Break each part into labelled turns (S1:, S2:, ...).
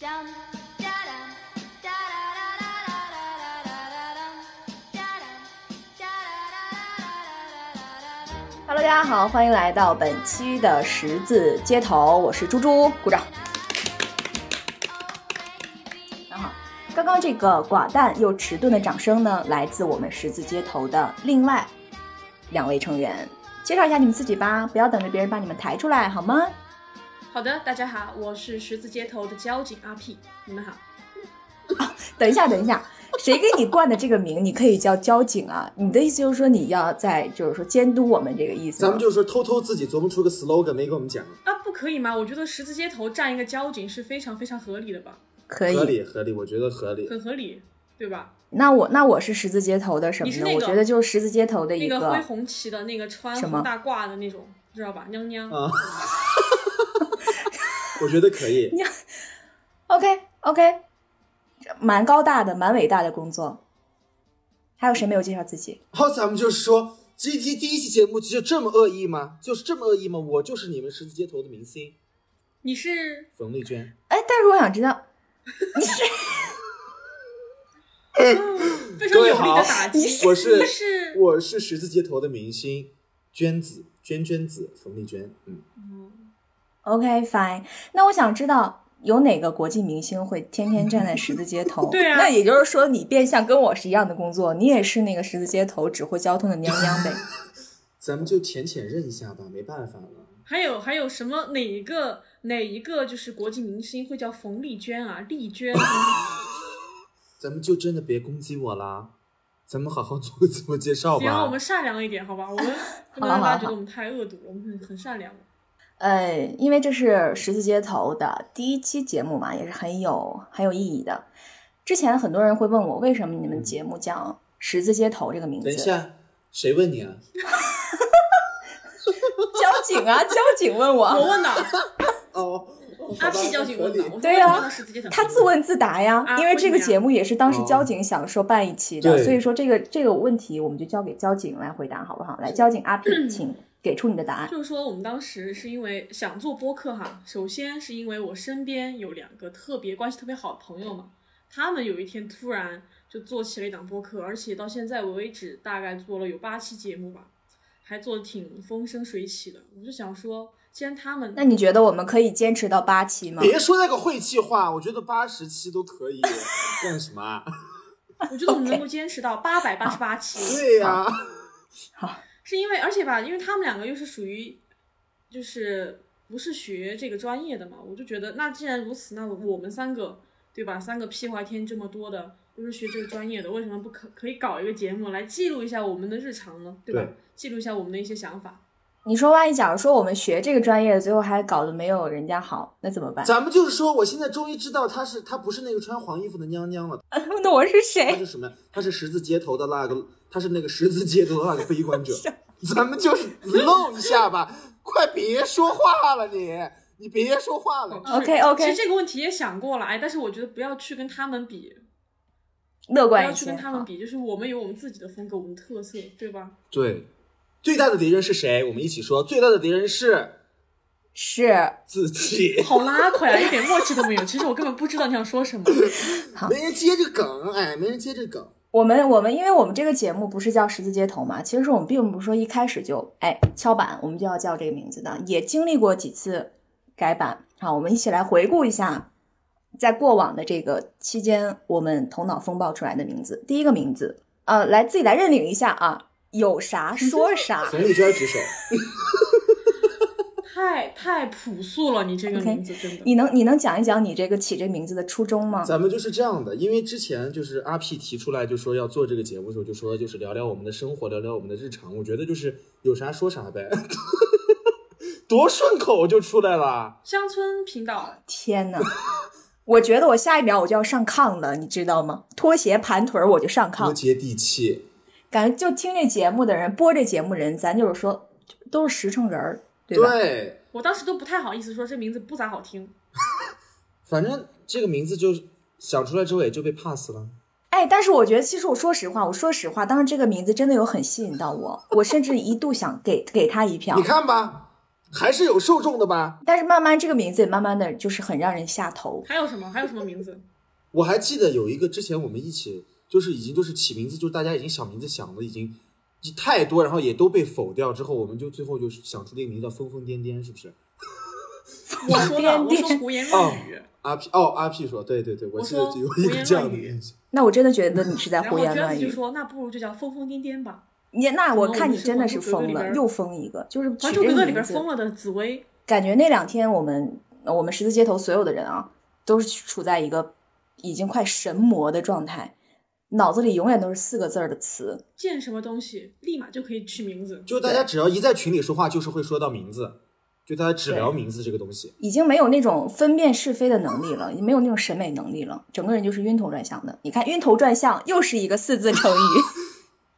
S1: Dum da dum da da da da da da da da dum da dum da da da da da da da dum.
S2: Hello，大家好，欢迎来到本期的十字街头，我是猪猪，鼓掌。很好，啊刚刚这个寡淡又迟钝的掌声呢，来自我们十字街头的另外两位成员。介绍一下你们自己吧，不要等着别人把你们抬出来，好吗？
S3: 好的，大家好，我是十字街头的交警阿 P，你们好。啊
S2: 等一下，等一下，谁给你冠的这个名？你可以叫交警啊。你的意思就是说你要在，就是说监督我们这个意思吗？
S4: 咱们就是说偷偷自己琢磨出个 slogan 没给我们讲，
S3: 啊，不可以吗？我觉得十字街头站一个交警是非常非常合理的吧，
S2: 可
S4: 合
S2: 以。
S4: 理合理，我觉得合理。
S3: 很合理，对吧？
S2: 那我那我是十字街头的什么
S3: 你
S2: 呢？
S3: 是那
S2: 我
S3: 个
S2: 觉得就是十字街头的
S3: 那
S2: 一
S3: 个挥红旗的那个穿
S2: 什么
S3: 红大褂的那种，知道吧？娘娘，
S4: 啊，我觉得可以。
S2: OK OK，蛮高大的，蛮伟大的工作。还有谁没有介绍自己？
S4: 然后咱们就说，这一期第一期节目就这么恶意吗？就是这么恶意吗？我就是你们十字街头的明星
S3: 你是
S4: 冯丽 娟。
S2: 哎，但是我想知道，
S3: 啊非常有力的打
S4: 各
S3: 击，
S4: 呃我是
S3: 你是
S4: 我是十字街头的明星娟子，娟娟子，冯丽娟。嗯，
S3: 嗯
S2: OK fine，那我想知道有哪个国际明星会天天站在十字街 头？
S3: 对啊
S2: 那也就是说你变相跟我是一样的工作，你也是那个十字街头指挥交通的娘娘呗？
S4: 咱们就浅浅认一下吧，没办法了。
S3: 还有还有什么哪一个哪一个就是国际明星会叫冯丽娟啊？丽娟，
S4: 咱们就真的别攻击我啦，咱们好好做个自我介绍
S3: 行，我们
S4: 吧。
S3: 善良一点，好吧？我们不
S2: 好
S3: 能让
S2: 好
S3: 大家觉
S2: 好
S3: 得我们太恶毒了，我们很很善良的。
S2: 呃，因为这是十字街头的第一期节目嘛，也是很有很有意义的。之前很多人会问我，为什么你们节目叫十字街头这个名字？
S4: 嗯等一下，谁问你啊？
S2: 交警啊，交警问
S3: 我
S2: 我，
S3: 问的，
S4: 哦，
S3: 阿 P 交警问 的，我
S2: 对
S3: 呀、
S2: 呀
S3: 我到十字 街头
S2: 他自问自答呀
S3: 啊，
S2: 因为这个
S3: 为什么呀
S2: 节目也是当时交警想说办一期的，
S4: 对
S2: 所以说这个这个问题我们就交给交警来回答，好不好？来，交警阿 P，请给出你的答案。
S3: 就是说，我们当时是因为想做播客哈，首先是因为我身边有两个特别关系特别好的朋友嘛，他们有一天突然就做起了一档播客，而且到现在为止大概做了有八期节目吧，还做的挺风生水起的。我就想说，既然他们
S2: 那你觉得我们可以坚持到八期吗？
S4: 别说那个晦气话，我觉得八十期都可以，干什么啊？
S3: 我觉得我们能够坚持到八百八十八期，
S4: 对呀、
S3: 是因为而且吧，因为他们两个又是属于就是不是学这个专业的嘛，我就觉得那既然如此，那我们三个对吧，三个屁话天这么多的，都是学这个专业的，为什么不可可以搞一个节目来记录一下我们的日常呢？对吧？
S4: 对
S3: 记录一下我们的一些想法。
S2: 你说万一假如说我们学这个专业的，最后还搞得没有人家好，那怎么 办？
S4: 咱们就是说，我现在终于知道他是他不是那个穿黄衣服的娘娘了，
S2: 那我是
S4: 他
S2: 谁？
S4: 是什么呀？他是十字街头的那个，他是那个十字街头的那个悲观者。咱们就是露一下吧，快别说话了你，你别说话了。
S3: 就是
S2: 哦 OK，OK
S3: 其实这个问题也想过了，哎，但是我觉得不要去跟他们比，
S2: 乐
S3: 不
S2: 观
S3: 要
S2: 一
S3: 去
S2: 些
S3: 跟。他们
S2: 好
S3: 比，就是我们有我们自己的风格，我们的特色，对吧？
S4: 对，最大的敌人是谁？我们一起说，最大的敌人是
S2: 是
S4: 自己。
S3: 好拉垮呀，一点默契都没有。其实我根本不知道你想说什么。
S2: 好
S4: 没人接这梗，哎，没人接这梗。。
S2: 我们我们，因为我们这个节目不是叫十字街头嘛，其实我们并不是说一开始就哎敲板，我们就要叫这个名字的，也经历过几次改版。好，我们一起来回顾一下，在过往的这个期间，我们头脑风暴出来的名字，第一个名字，呃，来自己来认领一下啊，有啥说啥
S4: 冯丽娟举手。
S3: 太太朴素了，你这个
S2: OK
S3: 名字真的。
S2: 你能你能讲一讲你这个起这名字的初衷吗？
S4: 咱们就是这样的，因为之前就是阿 P 提出来就说要做这个节目的时候，就说就是聊聊我们的生活，聊聊我们的日常。我觉得就是有啥说啥呗， 多顺口就出来了。
S3: 乡村频道，
S2: 天呐，我觉得我下一秒我就要上炕了，你知道吗？拖鞋盘腿儿我就上炕
S4: 多，接地气，
S2: 感觉就听这节目的人，播这节目的人，咱就是说都是实诚人儿，对吧？
S4: 对，
S3: 我当时都不太好意思说这名字不咋好听。
S4: 反正这个名字就想出来之后也就被 pass 了。
S2: 哎，但是我觉得，其实我说实话，我说实话，当时这个名字真的有很吸引到我，我甚至一度想给给他一票
S4: 你。看吧，还是有受众的吧？
S2: 但是慢慢这个名字也慢慢的就是很让人下头。
S3: 还有什么？还有什么名 字？
S4: 我还记得有一个之前我们一起就是已经就是起名字，就是大家已经想名字想的已经太多，然后也都被否掉之后，我们就最后就是想出了一个名字叫疯疯癫癫，是不是？
S3: 我说的，我
S2: 癫
S3: 说
S2: 癫
S3: 胡言乱语。
S4: 阿 P 哦，阿 P 说，对对对，我
S3: 我
S4: 记得
S3: 说
S4: 有一
S3: 胡
S4: 个
S3: 言
S4: 这样
S3: 乱
S4: 的
S3: 语
S4: 印象
S2: 那我真的觉得你是在
S3: 然
S2: 胡
S3: 后
S2: 言
S3: j e
S2: 乱
S3: s 就
S2: 语。
S3: 说：“那不如就叫疯疯癫癫吧。
S2: 你那我
S3: 怎么
S2: 看
S3: 我
S2: 你
S3: 们是
S2: 真的
S3: 还
S2: 是
S3: 珠格格
S2: 疯
S3: 里
S2: 了，
S3: 边儿
S2: 又疯一个，就是
S3: 《还
S2: 取
S3: 珠
S2: 这
S3: 格格》
S2: 个
S3: 里
S2: 名
S3: 边
S2: 字。
S3: 疯了的紫薇，
S2: 感觉那两天我们呃我们十字街头所有的人啊，都是处在一个已经快神魔的状态，脑子里永远都是四个字儿的词。
S3: 见什么东西立马就可以取名字。
S4: 就大家只要一在群里说话，就是会说到名字，就大家只聊名字这个东西。
S2: 已经没有那种分辨是非的能力了，也没有那种审美能力了，整个人就是晕头转向的。你看“晕头转向”又是一个四字成语，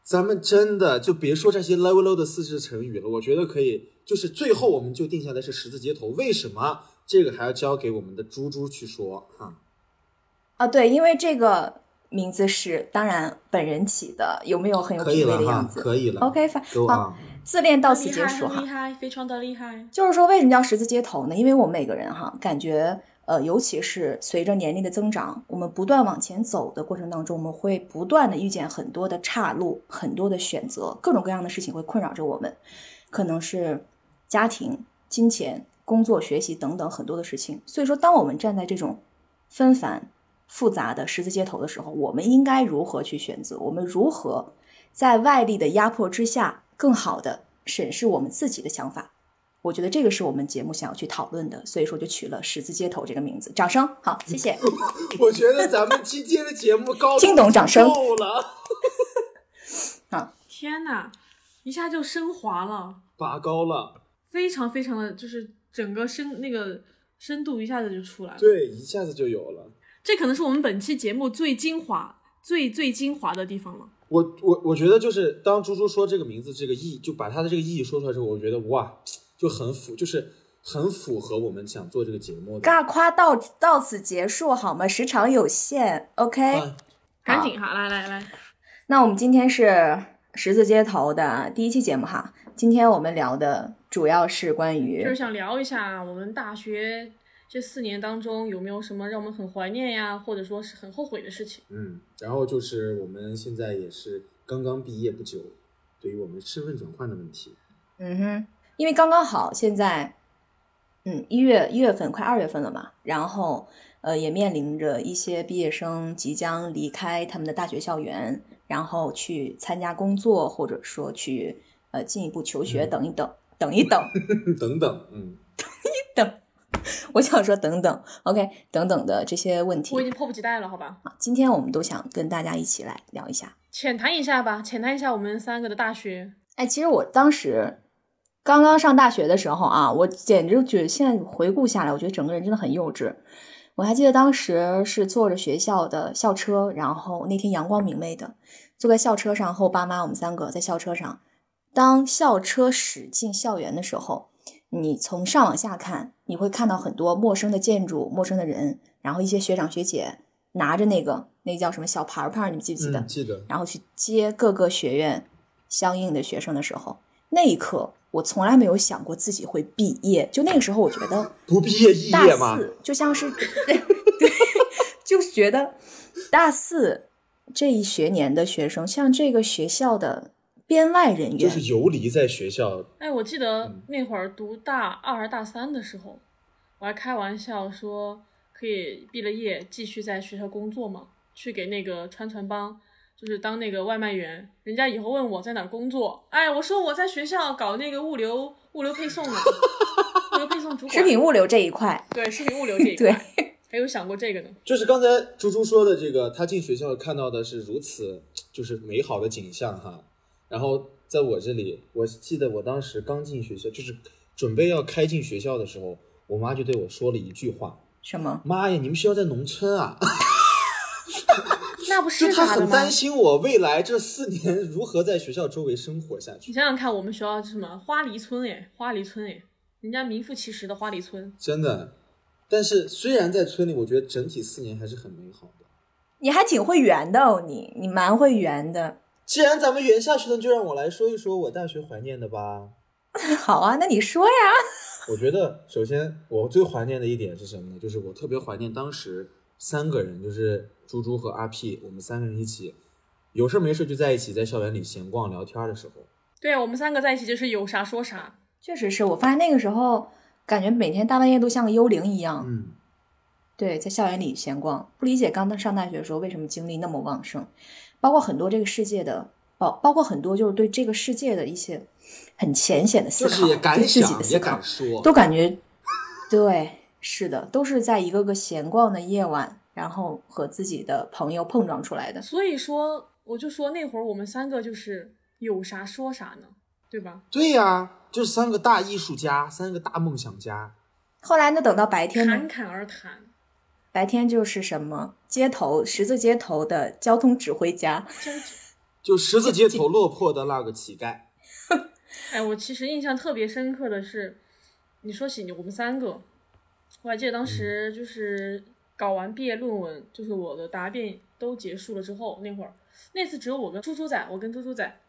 S4: 咱们真的就别说这些 level low 的四字成语了，我觉得可以，就是最后我们就定下来是十字街头。为什么这个还要交给我们的猪猪去说哈、
S2: 啊，对，因为这个名字是当然本人起的，有没有很有
S4: 可以
S2: 品味
S4: 了
S2: 的
S4: 哈
S2: 样，子
S4: 可以了。啊
S2: ？OK，反
S4: go
S2: 好，
S4: on。
S2: 自恋到此
S3: 厉
S2: 结
S3: 害，
S2: 束哈
S3: 很厉。害，非常的厉害。
S2: 就是说，为什么叫十字街头呢？因为我们每个人哈，感觉呃，尤其是随着年龄的增长，我们不断往前走的过程当中，我们会不断的遇见很多的岔路，很多的选择，各种各样的事情会困扰着我们，可能是家庭、金钱、工作、学习等等很多的事情。所以说，当我们站在这种纷繁复杂的十字街头的时候，我们应该如何去选择？我们如何在外力的压迫之下，更好的审视我们自己的想法？我觉得这个是我们节目想要去讨论的，所以说就取了“十字街头”这个名字。掌声，好，谢谢。
S4: 我觉得咱们今天的节目高度
S2: 听懂掌声
S4: 够了，
S3: 天呐，一下就升华了，
S4: 拔高了，
S3: 非常非常的就是整个深那个深度一下子就出来了。
S4: 对，一下子就有了。
S3: 这可能是我们本期节目最精华、最最精华的地方了。
S4: 我我我觉得就是当猪猪说这个名字这个意，就把它的这个意义说出来之后，我觉得哇，就很符，就是很符合我们想做这个节目的。啊
S2: 尬夸到到此结束好吗？时长有限，OK、
S4: 啊，
S3: 赶紧哈，来来来，
S2: 那我们今天是十字街头的第一期节目哈，今天我们聊的主要是关
S3: 就是
S2: 于
S3: 想聊一下我们大学这四年当中有没有什么让我们很怀念呀，或者说是很后悔的事情。
S4: 嗯，然后就是我们现在也是刚刚毕业不久，对于我们身份转换的问题，
S2: 嗯哼，因为刚刚好现在，嗯，一月一月份快二月份了嘛，然后呃也面临着一些毕业生即将离开他们的大学校园，然后去参加工作，或者说去呃进一步求学，
S4: 嗯
S2: 等一等，等一等，
S4: 等等，嗯，
S2: 我想说等等，OK，等等的这些问题
S3: 我已经迫不及待了，好吧？
S2: 啊，今天我们都想跟大家一起来聊一下。
S3: 浅谈一下吧，浅谈一下我们三个的大学。
S2: 哎，其实我当时刚刚上大学的时候啊，我简直觉得现在回顾下来，我觉得整个人真的很幼稚。我还记得当时是坐着学校的校车，然后那天阳光明媚的，坐在校车上，和我爸妈我们三个在校车上。当校车驶进校园的时候，你从上往下看，你会看到很多陌生的建筑、陌生的人，然后一些学长学姐拿着那个那叫什么小牌牌儿，你们记不记得？
S4: 嗯、记得，
S2: 然后去接各个学院相应的学生的时候，那一刻我从来没有想过自己会毕业。就那个时候，我觉得
S4: 不毕业肄
S2: 大
S4: 业嘛，
S2: 四就像是对， 就觉得大四这一学年的学生，像这个学校的编外人
S4: 就
S2: 员，
S4: 是游离在学校，
S3: 哎，我记得
S4: 嗯
S3: 那会儿读大二、大三的时候，我还开玩笑说可以毕了业继续在学校工作嘛，去给那个川传帮，就是当那个外卖员。人家以后问我在哪儿工作，哎，我说我在学校搞那个物流物流配送呢，物流配送主管，
S2: 食品物流这一块，
S3: 对食品物流这一
S2: 对
S3: 块，还有想过这个呢。
S4: 就是刚才猪猪说的这个，他进学校看到的是如此就是美好的景象哈。然后在我这里，我记得我当时刚进学校，就是准备要开进学校的时候，我妈就对我说了一句话
S2: 什么：“？
S4: 妈呀，你们学校在农村啊！”
S3: 那不
S4: 就是她
S3: 咋的
S4: 很
S3: 吗？
S4: 担心我未来这四年 如何在学校周围生活下
S3: 你
S4: 去。
S3: 想想看，我们学校是什么花梨村哎，花梨村哎，人家名副其实的花梨村。
S4: 真的，但是虽然在村里，我觉得整体四年还是很美好的。
S2: 你还挺会圆的哦，你你蛮会圆的。
S4: 既然咱们圆下去了，就让我来说一说我大学怀念的吧。
S2: 好啊，那你说呀，
S4: 我觉得，首先我最怀念的一点是什么呢？就是我特别怀念当时三个人，就是猪猪和阿 P，我们三个人一起有事没事就在一起，在校园里闲逛聊天的时候。
S3: 对我们三个在一起就是有啥说啥，
S2: 确实是我发现那个时候感觉每天大半夜都像个幽灵一样，
S4: 嗯，
S2: 对，在校园里闲逛，不理解刚上大学的时候为什么精力那么旺盛，包括很多这个世界的，包包括很多就是对这个世界的一些很浅显的思
S4: 就
S2: 考，
S4: 是也敢
S2: 对自己
S4: 想
S2: 的，
S4: 也
S2: 思考
S4: 敢，说，
S2: 都感觉，对，是的，都是在一个个闲逛的夜晚，然后和自己的朋友碰撞出来的。
S3: 所以说我就说那会儿我们三个就是有啥说啥呢，对吧？
S4: 对呀、就三个大艺术家，三个大梦想家。
S2: 后来呢，等到白天
S3: 侃
S2: 呢，
S3: 侃而谈，
S2: 白天就是什么街头十字街头的交通指挥家，
S3: 交
S4: 就十字街头落魄的那个乞丐，
S3: 哎，我其实印象特别深刻的是，你说起我们三个，我还记得当
S2: 嗯
S3: 时就是搞完毕业论文，就是我的答辩都结束了之后，那会儿那次只有我跟猪猪仔，我跟猪猪仔，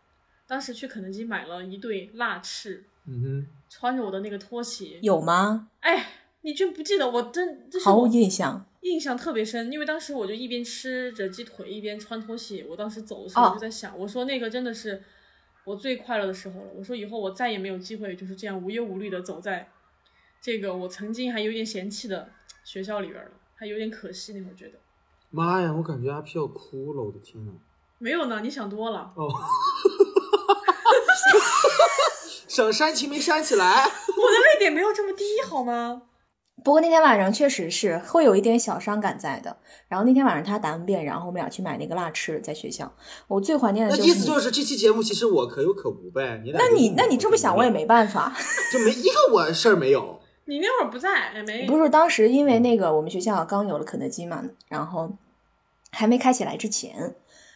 S3: 当时去肯德基买了一对辣翅，
S4: 嗯
S3: 穿着我的那个拖鞋，
S2: 有吗？
S3: 哎，你居然不记得，我真这是
S2: 毫
S3: 我
S2: 无印象。
S3: 印象特别深，因为当时我就一边吃着鸡腿，一边穿拖鞋。我当时走的时
S2: 哦
S3: 候，我就在想，我说那个真的是我最快乐的时候了。我说以后我再也没有机会就是这样无忧无虑的走在这个我曾经还有点嫌弃的学校里边了，还有点可惜。那会儿觉得
S4: 哼，妈呀，我感觉阿 P 要哭了，我的天呐。
S3: 没有呢，你想 多了。
S4: 哦， 想煽情没煽起来。
S3: 我的泪点没有这么低好吗？
S2: 不过那天晚上确实是会有一点小伤感在的。然后那天晚上他答完辩，然后我们俩去买那个辣翅，在学校。我最怀念的
S4: 那
S2: 就
S4: 意思
S2: 是
S4: 就
S2: 你。
S4: 是这期节目其实我可有可无呗，你俩
S2: 那
S4: 就
S2: 你
S4: 是
S2: 那你这么想我也没办法，
S4: 就没一个我事儿没有。
S3: 你那会儿不在，哎没
S2: 不是当时因为那个我们学校刚有了肯德基嘛，然后还没开起来之前，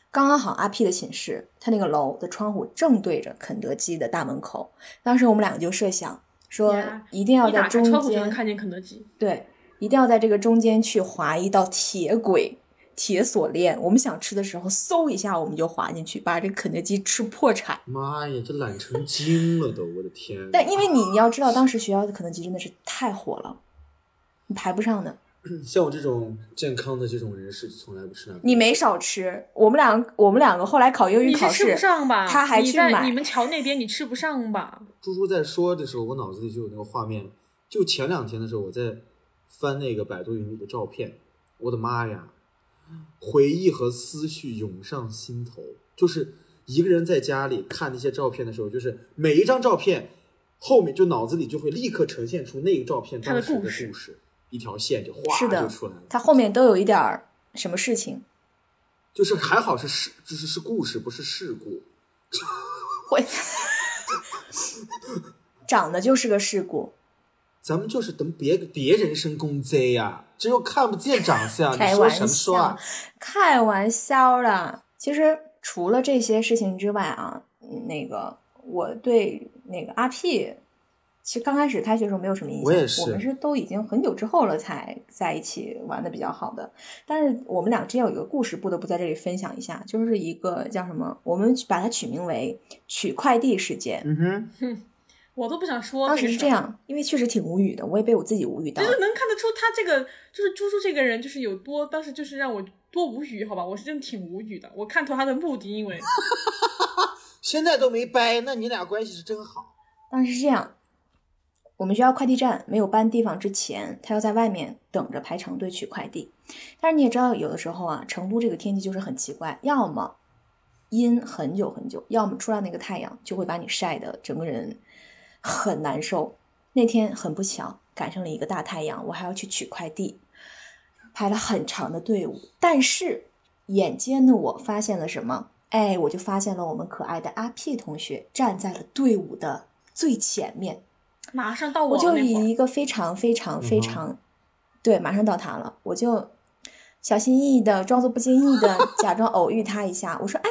S2: 刚刚好阿 P 的寝室，他那个楼的窗户正对着肯德基的大门口。当时我们两个就设想说
S3: 呀，
S2: 一定要
S3: 一
S2: 在
S3: 打开
S2: 中
S3: 窗户就能
S2: 间
S3: 看见肯德基。
S2: 对，一定要在这个中间去划一道铁轨、铁锁链。我们想吃的时候，嗖一下我们就划进去，把这肯德基吃破产。
S4: 妈呀，这懒成精了都，我的天！啊
S2: 但因为你你要知道，当时学校的肯德基真的是太火了，你排不上的。
S4: 像我这种健康的这种人是从来不吃那个。
S2: 你没少吃，我们两我们两个后来考英语
S3: 你
S2: 考
S3: 是吃
S2: 试
S3: 不，上吧？
S2: 他还
S3: 你
S2: 去
S3: 在
S2: 买
S3: 你们桥那边，你吃不上吧？
S4: 猪猪在说的时候，我脑子里就有那个画面。就前两天的时候，我在翻那个百度云里的照片，我的妈呀，
S2: 嗯
S4: 回忆和思绪涌上心头。就是一个人在家里看那些照片的时候，就是每一张照片后面就脑子里就会立刻呈现出那个照片
S3: 它
S4: 当
S3: 的
S4: 时的
S3: 故事
S4: 故事，一条线就哗
S2: 是的
S4: 就出来了。
S2: 他后面都有一点儿什么事情，
S4: 就是还好是事，就是是故事，不是事故。
S2: 会长得就是个事故，
S4: 咱们就是等别别人身攻击呀、这又看不见长相，
S2: 开
S4: 你说
S2: 玩
S4: 什么说啊？
S2: 开玩笑啦。其实除了这些事情之外啊，嗯那个我对那个阿 P，其实刚开始开学的时候没有什么印象，
S4: 我也是
S2: 们是都已经很久之后了才在一起玩的比较好的。但是我们俩之间有一个故事，不得不在这里分享一下，就是一个叫什么，我们把它取名为“取快递事件”
S4: 嗯哼，
S3: 我都不想说。
S2: 当时
S3: 个
S2: 是
S3: 事
S2: 这
S3: 儿
S2: 样，因为确实挺无语的，我也被我自己无语到
S3: 就
S2: 了。
S3: 是能看得出他这个就是猪猪这个人就是有多，当时就是让我多无语，好吧，我是真挺无语的。我看透他的目的， 因为
S4: 现在都没掰，那你俩关系是真好。
S2: 当时是这样，我们学校快递站没有搬地方之前，他要在外面等着排长队取快递。但是你也知道，有的时候啊，成都这个天气就是很奇怪，要么阴很久很久，要么出来那个太阳就会把你晒得整个人很难受。那天很不巧，赶上了一个大太阳，我还要去取快递，排了很长的队伍。但是眼尖的我发现了什么？哎，我就发现了我们可爱的阿 P 同学站在了队伍的最前面。
S3: 马上到
S2: 我
S3: 了
S2: 就
S3: 那会
S2: 以
S3: 儿，
S2: 一个非常非常非
S4: 嗯哼
S2: 常，对，马上到他了，我就小心翼翼的，装作不经意 的，假装偶遇他一下。我说：“哎，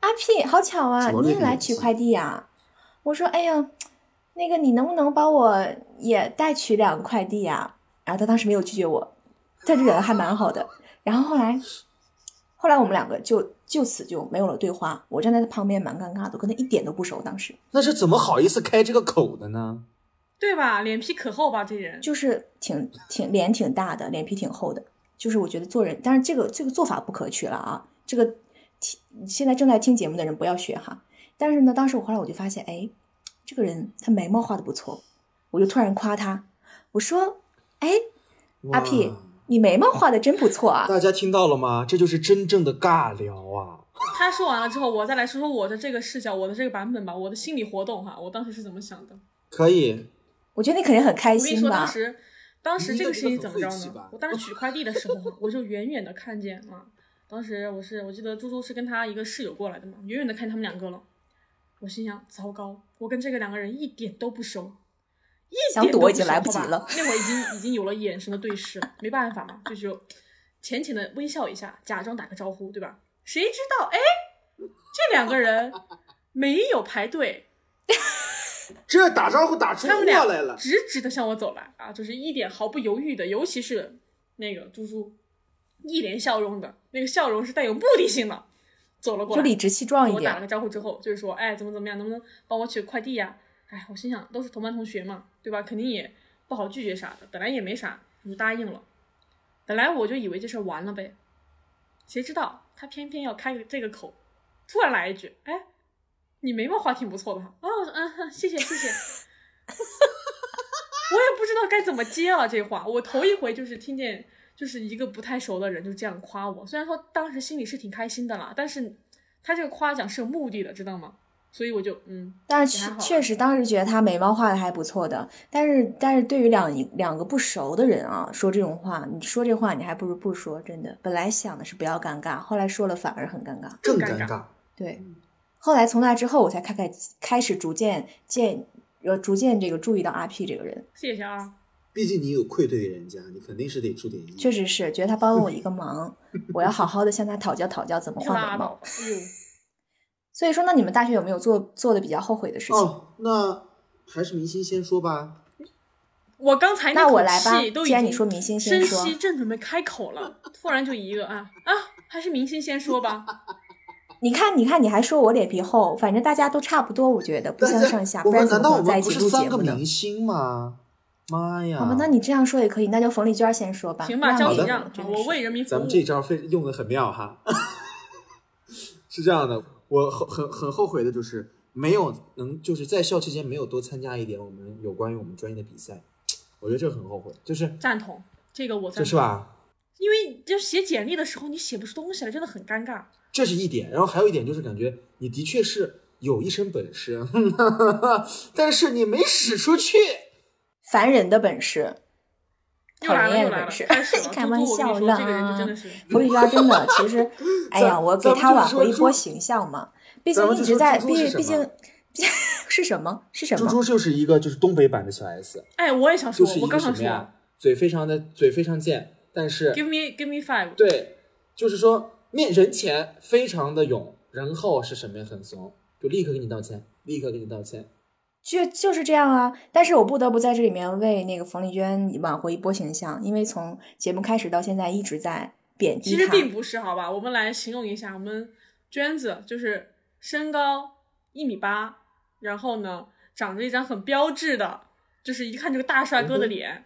S2: 阿 P，好巧啊，
S4: 怎么
S2: 你
S4: 那
S2: 也
S4: 个
S2: 来
S4: 眼
S2: 取
S4: 睛
S2: 快递呀、我说：“哎呀，那个你能不能帮我也代取两个快啊递呀、然后他当时没有拒绝我，他这人还蛮好的。然后后来，后来我们两个就就此就没有了对话，我站在他旁边蛮尴尬的，我跟他一点都不熟，当时
S5: 那是怎么好意思开这个口的呢？
S3: 对吧？脸皮可厚吧，这人。
S2: 就是挺挺脸挺大的，脸皮挺厚的，就是我觉得做人，但是这个这个做法不可取了啊，这个听现在正在听节目的人不要学哈。但是呢，当时我后来我就发现，哎，这个人他眉毛画的不错，我就突然夸他，我说，哎，阿
S4: 哇
S2: P，你眉毛画的真不错 啊。
S4: 大家听到了吗？这就是真正的尬聊啊！
S3: 他说完了之后，我再来说说我的这个视角，我的这个版本吧，我的心理活动哈，我当时是怎么想的。
S4: 可以，
S2: 我觉得你肯定很开
S3: 我跟你
S2: 心
S3: 说，当
S2: 吧？
S3: 时当时这个事情怎么
S5: 你
S3: 着
S5: 应该觉得很晦气吧
S3: 呢？我当时取快递的时候 啊，我就远远的看见啊，当时我是我记得猪猪是跟他一个室友过来的嘛，远远的看他们两个了，我心想糟糕，我跟这个两个人一点都不熟。一
S2: 想
S3: 点都
S2: 躲已
S3: 不
S2: 经
S3: 熟
S2: 来不
S3: 好吧
S2: 及了
S3: 那会儿已经已经有了眼神的对视，没办法嘛，就只有浅浅的微笑一下，假装打个招呼，对吧？谁知道，哎，这两个人没有排队，
S5: 这打招呼打出
S3: 他
S5: 祸
S3: 们俩
S5: 来了，
S3: 直直的向我走来啊，就是一点毫不犹豫的，尤其是那个猪猪，一脸笑容的那个笑容是带有目的性的，走了过
S2: 就
S3: 来，
S2: 理直气壮一
S3: 我打了
S2: 点，
S3: 个招呼之后，就是说，哎，怎么怎么样，能不能帮我取个快递呀、哎，我心想都是同班同学嘛，对吧？肯定也不好拒绝啥的，本来也没啥，我就答应了。本来我就以为这事儿完了呗，谁知道他偏偏要开个这个口，突然来一句，哎，你眉毛画挺不错的哈。哦，我说嗯，哼谢谢谢 谢。我也不知道该怎么接了这话，我头一回就是听见，就是一个不太熟的人就这样夸我。虽然说当时心里是挺开心的啦，但是他这个夸奖是有目的的，知道吗？所以我就嗯，
S2: 但
S3: 也
S2: 是
S3: 还好嗯
S2: 确实当时觉得他眉毛画的还不错的，但是但是对于两两个不熟的人啊，说这种话，你说这话你还不如不说，真的。本来想的是不要尴尬，后来说了反而很尴尬。
S4: 更
S3: 尴
S4: 尴
S3: 尬
S4: 尬。
S2: 对，
S3: 嗯
S2: 后来从那之后，我才开开开始逐渐见呃逐渐这个注意到阿 P 这个人，
S3: 谢谢啊。
S5: 毕竟你有愧对人家，你肯定是得出点
S3: 嗯
S5: 意。
S2: 确实是觉得他帮了我一个 忙，我要好好的向他讨教讨教怎么画
S3: 拉
S2: 眉毛
S3: 倒。吧！哎呦，
S2: 所以说，那你们大学有没有做做的比较后悔的事情？
S5: 哦，那还是明星先说吧。
S3: 我刚才
S2: 那
S3: 哎口
S2: 我来吧
S3: 气都，已
S2: 既然你
S3: 经
S2: 说明星先
S3: 深
S2: 说，
S3: 吸正准备开口了，突然就一个啊啊，还是明星先 说吧。
S2: 你看，你看，你还说我脸皮厚，反正大家都差不多，我觉得不相上下，
S5: 我
S2: 不然
S5: 们
S2: 怎
S5: 难
S2: 么
S5: 道
S2: 可
S5: 我
S2: 能在
S5: 们
S2: 一
S5: 不
S2: 起
S5: 是
S2: 录
S5: 三
S2: 节
S5: 个
S2: 目呢
S5: 明？星吗？妈呀！
S2: 好
S4: 啊
S2: 吧，那你这样说也可以，那就冯丽娟先说吧。
S3: 行吧，
S2: 让
S3: 交
S2: 你
S3: 你
S2: 了
S3: 让，
S2: 真
S3: 好
S2: 的
S3: 我
S2: 是
S3: 为人民服
S4: 咱
S3: 务
S4: 们。这招非用的很妙哈， 是这样的，我很很很后悔的就是没有能就是在校期间没有多参加一点我们有关于我们专业的比赛，我觉得这个很后悔，就是
S3: 赞同这个我赞同，
S4: 就是吧，
S3: 因为就写简历的时候你写不出东西来，真的很尴尬。
S4: 这是一点，然后还有一点就是感觉你的确是有一身本事， 但是你没使出去。
S2: 烦人的本事，
S3: 又
S2: 讨
S3: 来
S2: 人
S3: 了
S2: 厌
S3: 又
S2: 的
S3: 来了
S2: 本事，
S3: 开始了。
S2: 开
S3: 猪
S2: 玩
S3: 猪
S2: 笑啊
S3: 我跟你
S2: 啦
S3: 说，。这个人就真的是
S2: 冯丽娟真的，其实，哎呀，
S4: 咱
S2: 我给
S4: 咱们
S2: 她
S4: 就
S2: 挽
S4: 是
S2: 回
S4: 说
S2: 一波
S4: 猪
S2: 形象嘛，毕
S4: 咱
S2: 竟
S4: 们
S2: 一
S4: 就
S2: 直
S4: 说
S2: 在，
S4: 猪猪
S2: 毕
S4: 是
S2: 毕
S4: 什么
S2: 竟 是什么？是什
S4: 猪
S2: 么？
S4: 猪就是一个就是东北版的小 S，
S3: 哎，我也想
S4: 就
S3: 说
S4: 是，一
S3: 我
S4: 个
S3: 刚
S4: 什
S3: 想
S4: 么
S3: 说
S4: 呀，嘴非常的嘴非常贱，但是
S3: ，Give me Give me five，
S4: 对，就是说面人前非常的勇，人后是什么呀？很怂，就立刻给你道歉，立刻给你道歉。
S2: 就就是这样啊！但是我不得不在这里面为那个冯丽娟挽回一波形象，因为从节目开始到现在一直在贬低
S3: 其
S2: 她。
S3: 实并不是，好吧？我们来形容一下，我们娟子就是身高一米八，然后呢，长着一张很标致的，就是一看就是大帅
S4: 嗯
S3: 哥的脸，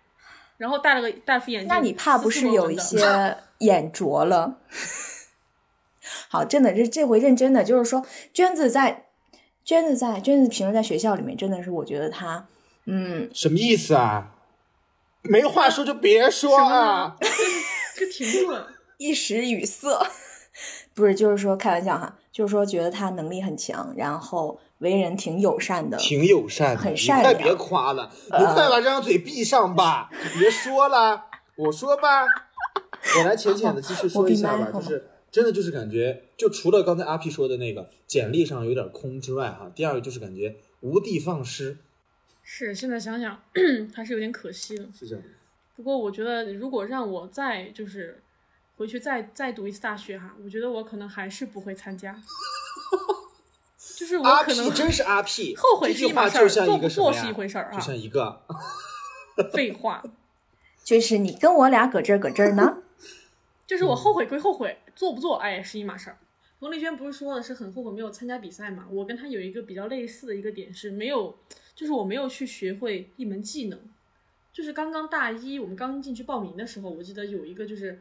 S3: 然后戴了个大副眼镜。
S2: 那你怕不是
S3: 斯斯文
S2: 有
S3: 文
S2: 一
S3: 的
S2: 些眼拙了？ 好，真的，这这回认真的，就是说，娟子在，娟子在，娟子平时在学校里面，真的是我觉得她，嗯，
S4: 什么意思啊？没话说就别说啊！
S3: 这停顿？
S2: 一时语塞， 不是，就是说开玩笑哈，就是说觉得她能力很强，然后为人挺友善的，
S4: 挺友善的，
S2: 很
S4: 你
S2: 善
S4: 快
S2: 良
S4: 别夸了，
S2: 呃
S4: 你快把这张嘴闭上吧，你别说了，我说吧，我来浅浅的继续说一下吧，
S2: 我闭麦好吗
S4: 就是真的就是感觉，就除了刚才阿 P 说的那个简历上有点空之外，哈，第二个就是感觉无的放矢，
S3: 是，现在想 想还是有点可惜的。
S4: 是这样的。
S3: 不过我觉得，如果让我再就是回去再再读一次大学哈，我觉得我可能还是不会参 加。就是我
S4: 阿
S3: 可
S4: P
S3: 能
S4: 真是阿 P，
S3: 后悔
S4: 这
S3: 是
S4: 句
S3: 一码
S4: 话
S3: 事
S4: 就
S3: 儿
S4: 像
S3: 做
S4: 一个
S3: 不
S4: 什么
S3: 做
S4: 呀
S3: 是一回事儿啊
S4: 就像一个
S3: 废话，
S2: 就是你跟我俩搁这儿搁这儿呢，
S3: 就是
S4: 嗯
S3: 我后悔归后悔，做不做哎是一码事儿。冯丽娟不是说的是很后悔没有参加比赛嘛？我跟她有一个比较类似的一个点是没有，就是我没有去学会一门技能。就是刚刚大一我们刚进去报名的时候，我记得有一个就是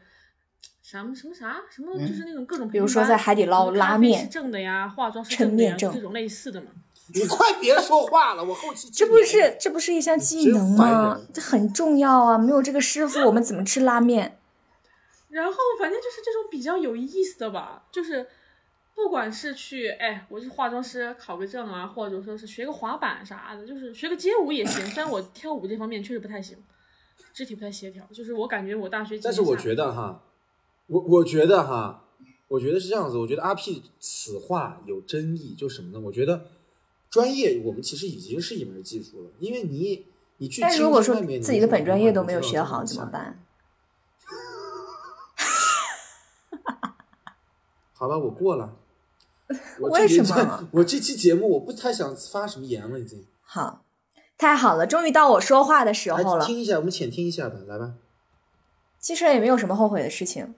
S3: 什么什么啥什么，
S4: 嗯
S3: 就是那种各种培训班、
S2: 比如说在海底捞
S3: 什么咖
S2: 拉
S3: 啡
S2: 面
S3: 是正的呀，化妆是
S2: 抻
S3: 正的呀，
S2: 面
S3: 就
S2: 正
S3: 这种类似的嘛。
S4: 你快别说话了，我后期
S2: 这不是这不是一项技能吗
S4: 真烦人？
S2: 这很重要啊！没有这个师傅，我们怎么吃拉面？
S3: 然后反正就是这种比较有意思的吧，就是不管是去哎，我是化妆师考个证啊，或者说是学个滑板啥的，就是学个街舞也行。虽然我跳舞这方面确实不太行，肢体不太协调，就是我感觉我大学，
S4: 但是我觉
S3: 得，
S4: 得哈，我我觉得哈，我觉得是这样子。我觉得阿 P 此话有争议，就什么呢？我觉得专业我们其实已经是一门技术了，因为你你去
S2: 但
S4: 青
S2: 如果
S4: 春
S2: 说
S4: 外面
S2: 自己的本专业都没有学好
S4: 啊
S2: 怎么？办？
S4: 好吧，我过 了。我
S2: 为
S4: 这
S2: 什么？
S4: 我这期节目我不太想发什么言了，已经。
S2: 好，太好了，终于到我说话的时
S4: 来
S2: 候了。
S4: 听一下，我们浅听一下吧，来吧。
S2: 其实也没有什么后悔的事情，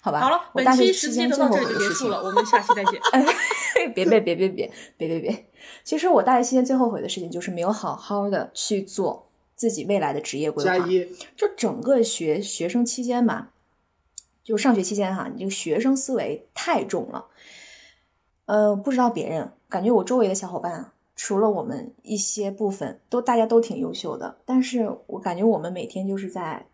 S2: 好吧？
S3: 好了，
S2: 我
S3: 本
S2: 大学
S3: 期
S2: 期
S3: 时
S2: 间
S3: 间就
S2: 最
S3: 到
S2: 后
S3: 这
S2: 悔
S3: 里就
S2: 的
S3: 结
S2: 事
S3: 束
S2: 情，
S3: 了，我们下期再见。
S2: 别别别别别别别别！其实我大学期间最后悔的事情就是没有好好的去做自己未来的职业规划。
S4: 加一，
S2: 就整个学学生期间吧，就上学期间哈，你这个学生思维太重了。呃，不知道别人，感觉我周围的小伙伴啊，除了我们一些部分，都大家都挺优秀的，但是我感觉我们每天就是在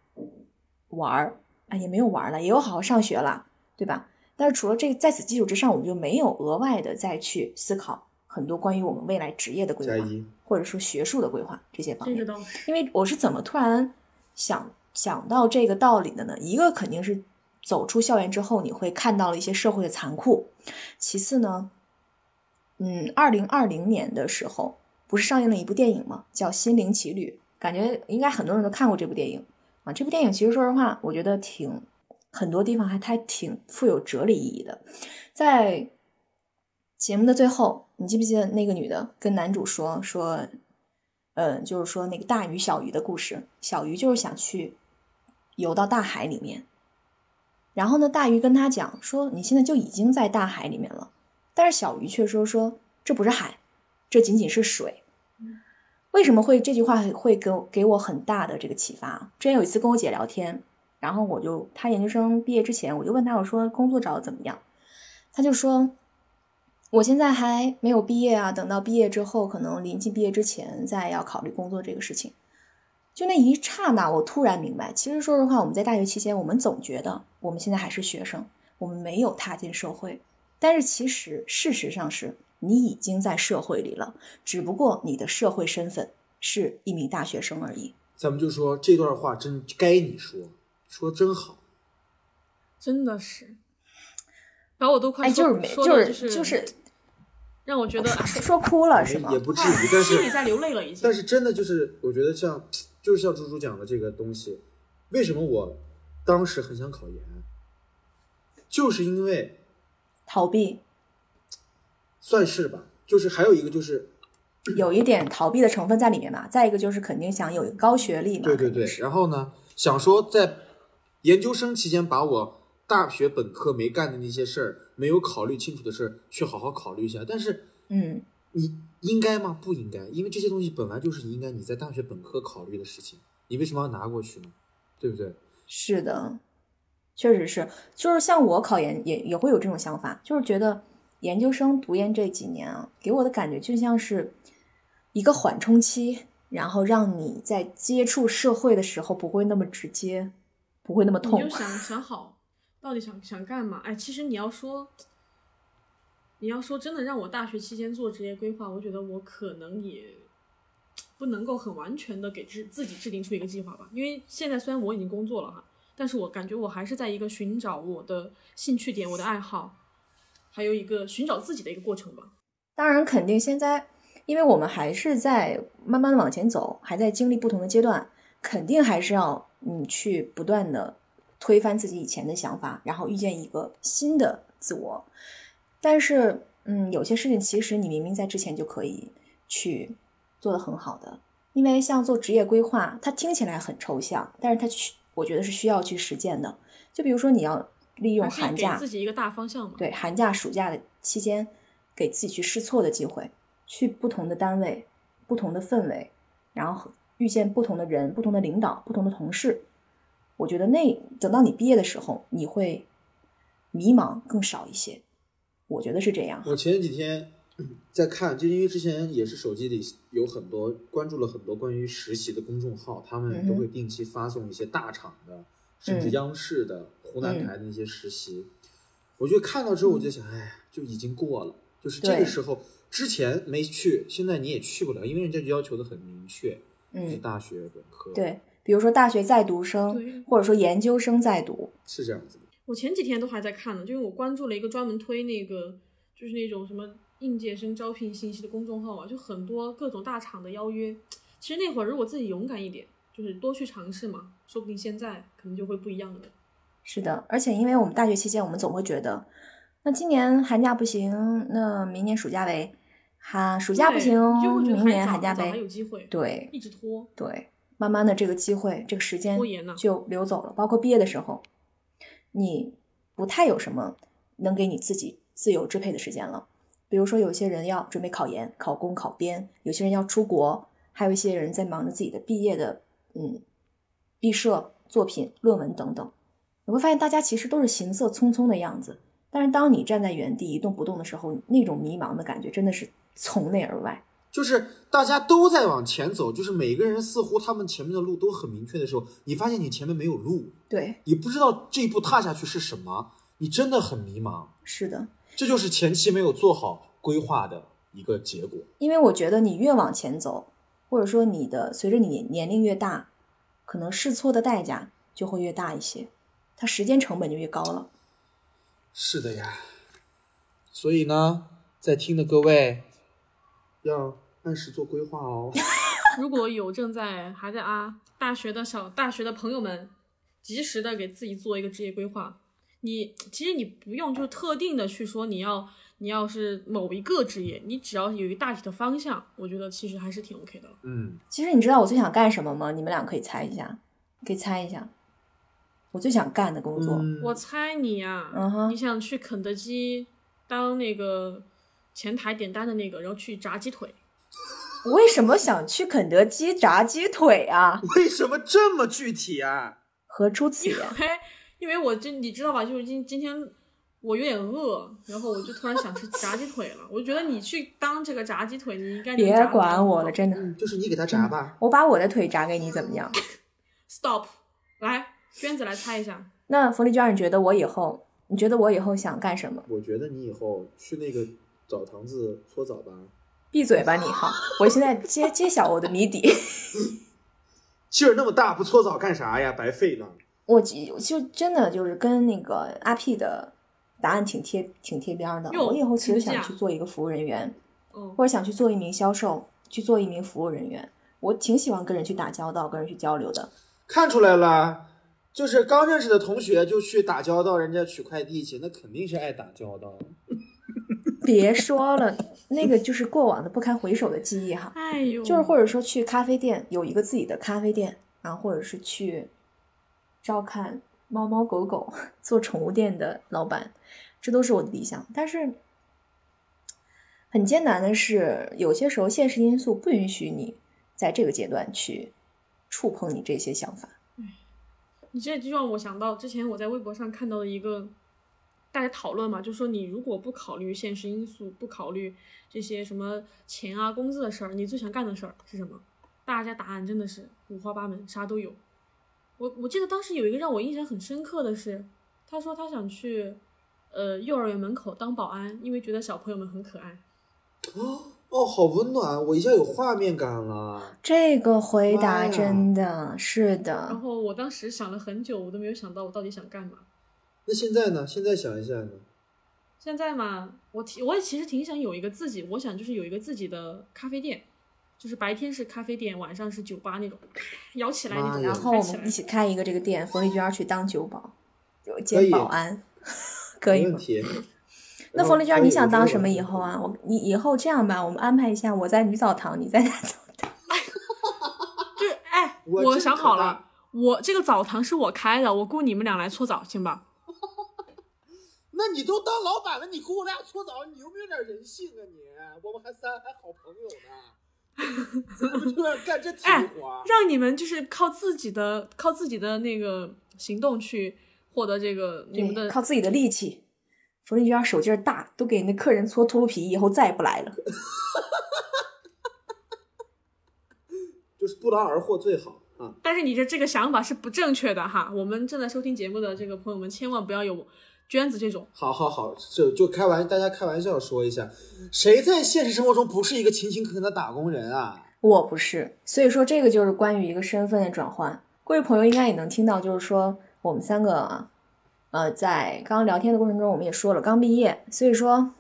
S2: 玩儿，啊，也没有玩儿了，也有好好上学了，对吧？但是除了这在此基础之上，我们就没有额外的再去思考很多关于我们未来职业的规
S4: 加
S2: 划
S4: 一，
S2: 或者说学术的规划这些方
S3: 这
S2: 面
S3: 个。倒是，
S2: 因为我是怎么突然想想到这个道理的呢？一个肯定是走出校园之后，你会看到了一些社会的残酷。其次呢，嗯，二零二零年的时候不是上映了一部电影吗？叫《心灵奇旅》，感觉应该很多人都看过这部电影啊。这部电影其实说实话，我觉得挺很多地方还它挺富有哲理意义的。在节目的最后，你记不记得那个女的跟男主说说，嗯，就是说那个大鱼小鱼的故事，小鱼就是想去游到大海里面，然后呢，大鱼跟他讲说你现在就已经在大海里面了，但是小鱼却说说这不是海，这仅仅是水。为什么会这句话会给我给我很大的这个启发？啊之前有一次跟我姐聊天，然后我就她研究生毕业之前，我就问她我说工作找的怎么样，她就说我现在还没有毕业啊，等到毕业之后，可能临近毕业之前再要考虑工作这个事情。就那一刹那，我突然明白，其实说实话，我们在大学期间，我们总觉得我们现在还是学生，我们没有踏进社会。但是其实事实上是你已经在社会里了，只不过你的社会身份是一名大学生而已。
S4: 咱们就说这段话真该你说，说真好。
S3: 真的是，把我都快
S2: 哎，
S3: 说
S2: 就是没，
S3: 说
S2: 就
S3: 的
S2: 是
S3: 就
S2: 就是
S3: 让我觉得
S2: 说说哭了是吗
S4: 也？不至
S3: 哎
S4: 于，但
S3: 心里
S4: 是
S3: 在流泪了已经。
S4: 但是真的就是，我觉得像就是像猪猪讲的这个东西，为什么我当时很想考研，就是因为
S2: 逃避，
S4: 算是吧，就是还有一个就是
S2: 有一点逃避的成分在里面嘛。再一个就是肯定想有一个高学历嘛。
S4: 对对对，然后呢，想说在研究生期间把我大学本科没干的那些事儿，没有考虑清楚的事儿，去好好考虑一下，但是
S2: 嗯，
S4: 你应该吗？不应该，因为这些东西本来就是你应该你在大学本科考虑的事情，你为什么要拿过去呢？对不对？
S2: 是的，确实是，就是像我考研也也会有这种想法，就是觉得研究生读研这几年啊，给我的感觉就像是一个缓冲期，然后让你在接触社会的时候不会那么直接，不会那么
S3: 你
S2: 痛
S3: 就。想想好，到底想想干嘛？哎，其实你要说，你要说真的让我大学期间做职业规划，我觉得我可能也不能够很完全的给制自己制定出一个计划吧。因为现在虽然我已经工作了哈，但是我感觉我还是在一个寻找我的兴趣点、我的爱好，还有一个寻找自己的一个过程吧。
S2: 当然，肯定现在，因为我们还是在慢慢的往前走，还在经历不同的阶段，肯定还是要嗯去不断的推翻自己以前的想法，然后遇见一个新的自我。但是，嗯，有些事情其实你明明在之前就可以去做的很好的，因为像做职业规划，它听起来很抽象，但是它去我觉得是需要去实践的。就比如说你要利用
S3: 还是
S2: 寒
S3: 给
S2: 假，
S3: 自己一个大方向嘛。
S2: 对寒假、暑假的期间，给自己去试错的机会，去不同的单位、不同的氛围，然后遇见不同的人、不同的领导、不同的同事。我觉得那等到你毕业的时候，你会迷茫更少一些。我觉得是这样。
S4: 我前几天 嗯在看，就因为之前也是手机里有很多关注了很多关于实习的公众号，他
S2: 嗯哼
S4: 们都会定期发送一些大厂的，甚至
S2: 嗯
S4: 央视的、湖南台的那些实习。我就看到之后，我就想，哎呀，就已经过了，就是这
S2: 对
S4: 个时候之前没去，现在你也去不了，因为人家要求的很明确，就是
S2: 嗯，
S4: 大学本科，，
S2: 对，比如说大学在读
S3: 对
S2: 生，或者说研究生在读，
S4: 是这样子的。
S3: 我前几天都还在看呢，就因为我关注了一个专门推那个就是那种什么应届生招聘信息的公众号啊，就很多各种大厂的邀约。其实那会儿如果自己勇敢一点，就是多去尝试嘛，说不定现在可能就会不一样了。
S2: 是的，而且因为我们大学期间，我们总会觉得，那今年寒假不行，那明年暑假呗，哈，暑假不
S3: 对
S2: 行
S3: 你就会觉，
S2: 明
S3: 得还
S2: 年
S3: 早
S2: 寒假
S3: 还早还有
S2: 呗，
S3: 机会，，
S2: 对
S3: 一直拖。
S2: 对，慢慢的这个机会，这个时间
S3: 拖延呢
S2: 就流走了。包括毕业的时候，你不太有什么能给你自己自由支配的时间了。比如说，有些人要准备考研、考公、考编，有些人要出国，还有一些人在忙着自己的毕业的嗯毕设作品、论文等等。你会发现，大家其实都是行色匆匆的样子。但是当你站在原地一动不动的时候，那种迷茫的感觉真的是从内而外。
S4: 就是大家都在往前走，就是每个人似乎他们前面的路都很明确的时候，你发现你前面没有路，
S2: 对，
S4: 你不知道这一步踏下去是什么，你真的很迷茫。
S2: 是的。
S4: 这就是前期没有做好规划的一个结果。
S2: 因为我觉得你越往前走，或者说你的随着你年年龄越大，可能试错的代价就会越大一些，它时间成本就越高了。
S4: 是的呀，所以呢，在听的各位要按时做规划哦。
S3: 如果有正在还在啊大学的小大学的朋友们，及时的给自己做一个职业规划。你其实你不用就是特定的去说你要你要是某一个职业，你只要有一个大体的方向，我觉得其实还是挺 OK 的了。
S4: 嗯，
S2: 其实你知道我最想干什么吗？你们俩可以猜一下，可以猜一下，我最想干的工作。
S4: 嗯
S3: 我猜你呀、
S2: 嗯哼
S3: 你想去肯德基当那个前台点单的那个，然后去炸鸡腿。
S2: 我为什么想去肯德基炸鸡腿啊？
S4: 为什么这么具体啊？
S2: 何出此言？
S3: 哎因为我今你知道吧，就是今今天我有点饿，然后我就突然想吃炸鸡腿了。我就觉得你去当这个炸鸡腿，你应该能
S2: 别
S3: 炸得
S2: 管我了，
S3: 更好
S2: 真的，
S4: 嗯，就是你给他炸吧。
S2: 我把我的腿炸给你怎么样？
S3: Stop，来，娟子来猜一下，
S2: 那冯丽娟，你觉得我以后，你觉得我以后想干什么？
S4: 我觉得你以后去那个澡堂子搓澡吧。
S2: 闭嘴吧你哈！我现在揭揭晓我的谜底。
S4: 劲儿那么大，不搓澡干啥呀？白费了。
S2: 我就就真的就是跟那个阿 P 的答案挺贴挺贴边儿的。
S3: 哟
S2: 我以后其实
S3: 什
S2: 想
S3: 么价
S2: 去做一个服务人员，
S3: 嗯，
S2: 或者想去做一名销售，去做一名服务人员。我挺喜欢跟人去打交道，跟人去交流的。
S4: 看出来了，就是刚认识的同学就去打交道，人家取快递去，那肯定是爱打交道。
S2: 别说了，那个就是过往的不堪回首的记忆哈。
S3: 哎呦，
S2: 就是
S4: 嗯
S2: 或者说去咖啡店有一个自己的咖啡店，然后或者是去照看猫猫狗狗， 做宠物店的老板，这都是我的理想。但是很艰难的是，有些时候现实因素不允许你在这个阶段去触碰你这些想法。
S3: 你这就让我想到之前我在微博上看到的一个大家讨论嘛，就说你如果不考虑现实因素，不考虑这些什么钱啊、工资的事儿，你最想干的事儿是什么？大家答案真的是五花八门，啥都有。我我记得当时有一个让我印象很深刻的是，他说他想去呃幼儿园门口当保安，因为觉得小朋友们很可爱。
S4: 哦，好温暖，我一下有画面感了。
S2: 这个回
S4: 哇哦
S2: 答
S4: 呀
S2: 真的是
S3: 然
S2: 的，
S3: 后我当时想了很久，我都没有想到我到底想干嘛。
S4: 那现在呢？现在想一下呢？
S3: 现在嘛，我挺我也其实挺想有一个自己，我想就是有一个自己的咖啡店，就是白天是咖啡店，晚上是酒吧那种，摇起来那
S4: 妈
S3: 种，
S4: 呀
S2: 然后
S3: 开
S2: 我
S3: 起来
S2: 们一起开一个这个店，冯丽娟儿去当酒保，就
S4: 可
S2: 兼
S4: 以
S2: 保安， 可以
S4: 没
S2: 吗
S4: 问？题。
S2: 那冯丽娟，你想当什么以后
S4: 我
S2: 啊？我你以后这样吧，我们安排一下，我在女澡堂，你在男澡堂。
S3: 就是哎，
S4: 我
S3: 我
S4: 真
S3: 想
S4: 可
S3: 好
S4: 大
S3: 了，我这个澡堂是我开的，我雇你们俩来搓澡，行吧？
S4: 那你都当老板了，你跟我俩搓澡，你有没有点人性啊你？我们还三还好朋友呢， 怎么这样干这体
S2: 哎
S4: 力活儿？
S3: 让你们就是靠自己的靠自己的那个行动去获得这个你们
S2: 对，
S3: 的
S2: 靠自己的力气。冯丽娟手劲儿大，都给那客人搓秃噜皮，以后再也不来了。
S4: 就是不劳而获最好啊！
S3: 但是你的这个想法是不正确的哈。我们正在收听节目的这个朋友们，千万不要有娟子这种。
S4: 好好好，就就开玩，大家开玩笑说一下，谁在现实生活中不是一个勤勤恳恳的打工人啊？
S2: 我不是，所以说这个就是关于一个身份的转换。各位朋友应该也能听到，就是说我们三个啊，呃，在刚刚聊天的过程中，我们也说了刚毕业，所以说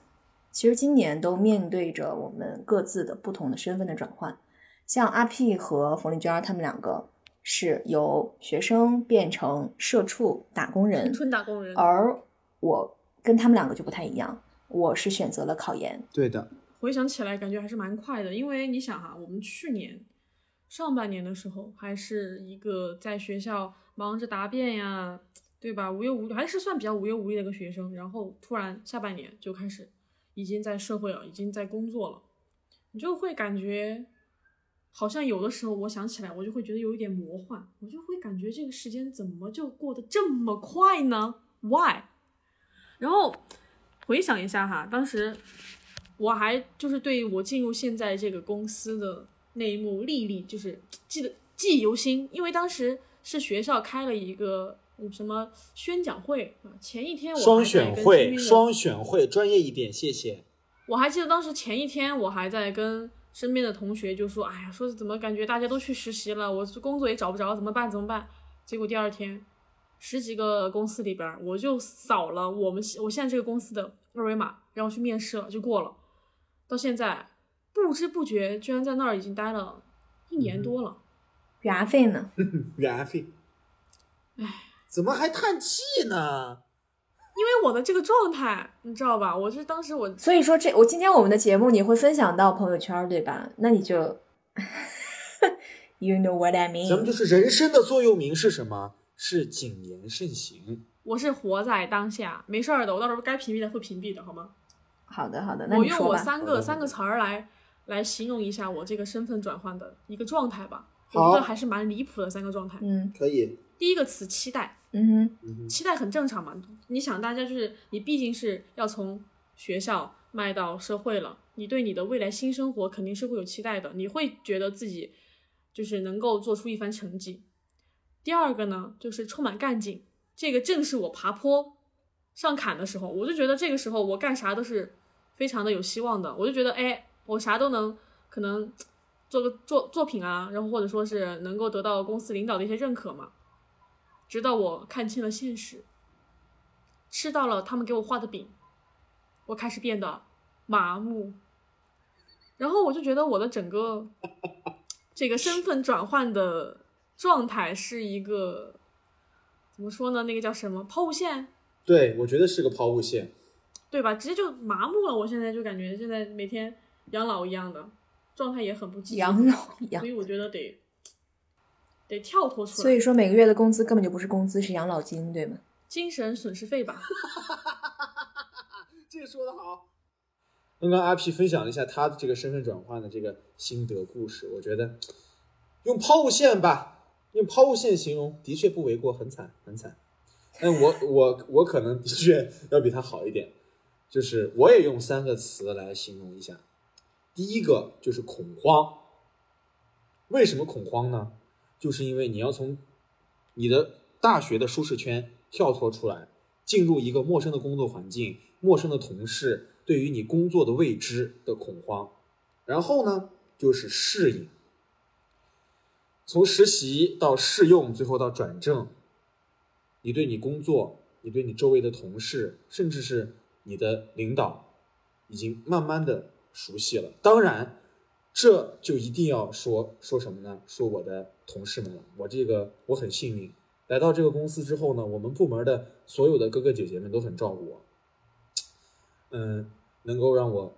S2: 其实今年都面对着我们各自的不同的身份的转换。像阿 P 和冯丽娟儿他们两个是由学生变成社畜、打工人，
S3: 纯打工人，
S2: 而我跟他们两个就不太一样，我是选择了考研。
S4: 对的，
S3: 回想起来感觉还是蛮快的，因为你想哈、我们去年上半年的时候还是一个在学校忙着答辩呀，对吧？无忧无虑，还是算比较无忧无虑的一个学生，然后突然下半年就开始已经在社会了，已经在工作了，你就会感觉好像有的时候我想起来，我就会觉得有一点魔幻，我就会感觉这个时间怎么就过得这么快呢？Why？然后回想一下哈，当时我还就是对我进入现在这个公司的那一幕历历，就是记得记忆犹新，因为当时是学校开了一个。嗯什么宣讲会啊？前一天我还
S4: 双
S3: 在
S4: 选
S3: 跟身边
S4: 会，
S3: 的
S4: 双选会，专业一点，谢 谢。
S3: 我还记得当时前一天，我还在跟身边的同学就说：“哎呀，说怎么感觉大家都去实习了，我这工作也找不着，怎么办？怎么办？”结果第二天，十几个公司里边儿，我就扫了我们我现在这个公司的二维码，然后去面试了，就过了。到现在，不知不觉居然在那儿已经待了一年多了。
S2: 牙费呢？
S4: 缘费，怎么还叹气呢？
S3: 因为我的这个状态，你知道吧？我是当时我
S2: 所以说这我今天我们的节目你会分享到朋友圈儿对吧？那你就，you know what I
S4: 咱们
S2: mean？
S4: 就是人生的座右铭是什么？是谨言慎行。
S3: 我是活在当下，没事儿的，我到时候该屏蔽的会屏蔽的，好吗？
S2: 好的好的，那
S3: 我
S2: 你
S3: 用
S2: 说
S3: 我
S2: 吧。
S3: 三
S4: 好
S3: 个
S4: 的
S3: 三个词儿来来形容一下我这个身份转换的一个状态吧。我
S4: 好
S3: 觉得还是蛮离谱的三个状态。
S2: 嗯
S4: 可以，
S3: 第一个词期待，
S2: 嗯
S4: 嗯哼，
S3: 期待很正常嘛。你想，大家就是你毕竟是要从学校迈到社会了，你对你的未来新生活肯定是会有期待的，你会觉得自己就是能够做出一番成绩。第二个呢，就是充满干劲，这个正是我爬坡上坎的时候，我就觉得这个时候我干啥都是非常的有希望的，我就觉得哎，我啥都能可能做个作作品啊，然后或者说是能够得到公司领导的一些认可嘛。直到我看清了现实，吃到了他们给我画的饼，我开始变得麻木，然后我就觉得我的整个这个身份转换的状态是一个怎么说呢？那个叫什么抛物线，
S4: 对，我觉得是个抛物线。
S3: 对吧？直接就麻木了。我现在就感觉现在每天养老一样的状态也很不
S2: 哼，
S3: 积极，
S2: 养老一样
S3: 所。以我觉得得得跳脱出来，
S2: 所以说每个月的工资根本就不是工资，是养老金对吗？
S3: 精神损失费吧。
S4: 这个说的好。刚刚阿 P 分享了一下他的这个身份转换的这个心得故事，我觉得用抛物线吧，用抛物线形容的确不为过，很惨很惨。但我我我可能的确要比他好一点，就是我也用三个词来形容一下。第一个就是恐慌，为什么恐慌呢？就是因为你要从你的大学的舒适圈跳脱出来，进入一个陌生的工作环境、陌生的同事，对于你工作的未知的恐慌。然后呢，就是适应，从实习到试用，最后到转正，你对你工作、你对你周围的同事，甚至是你的领导，已经慢慢的熟悉了。当然，这就一定要说说什么呢？说我的同事们了，我这个我很幸运，来到这个公司之后呢，我们部门的所有的哥哥姐姐们都很照顾我，嗯，能够让我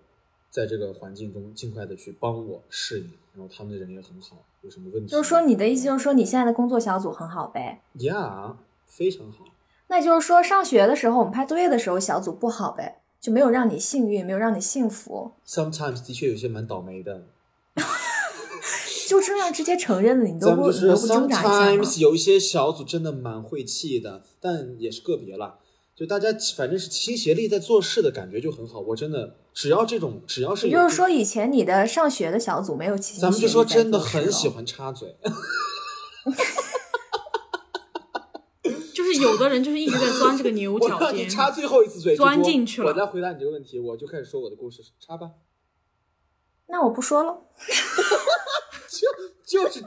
S4: 在这个环境中尽快的去帮我适应，然后他们的人也很好，有什么问题？
S2: 就是说，你的意思就是说，你现在的工作小组很好呗？
S4: ，Yeah，非常好。
S2: 那就是说，上学的时候我们拍作业的时候，小组不好呗，就没有让你幸运，没有让你幸福，
S4: Sometimes 的确有些蛮倒霉的，
S2: 就这样直接承认了，你都
S4: 咱们
S2: 不
S4: 就
S2: 你
S4: 是
S2: 都不挣扎一下吗？
S4: sometimes 有一些小组真的蛮晦气的，但也是个别啦。就大家反正是倾协力在做事的感觉就很好。我真的只要这种只要是
S2: 也
S4: 有
S2: 就是
S4: 这
S2: 说，以前你的上学的小组没有亲
S4: 咱们就说真的很喜
S2: 喜欢，
S4: 欢插嘴，
S6: 就是有的人就是一直在钻这个牛
S4: 我
S6: 角
S4: 让你
S6: 尖，
S4: 插最后一次嘴，
S6: 钻
S4: 主播
S6: 进去了
S4: 我再回答你这个问题，我就开始说我的故事，插吧，
S2: 那我不说了。
S4: 就是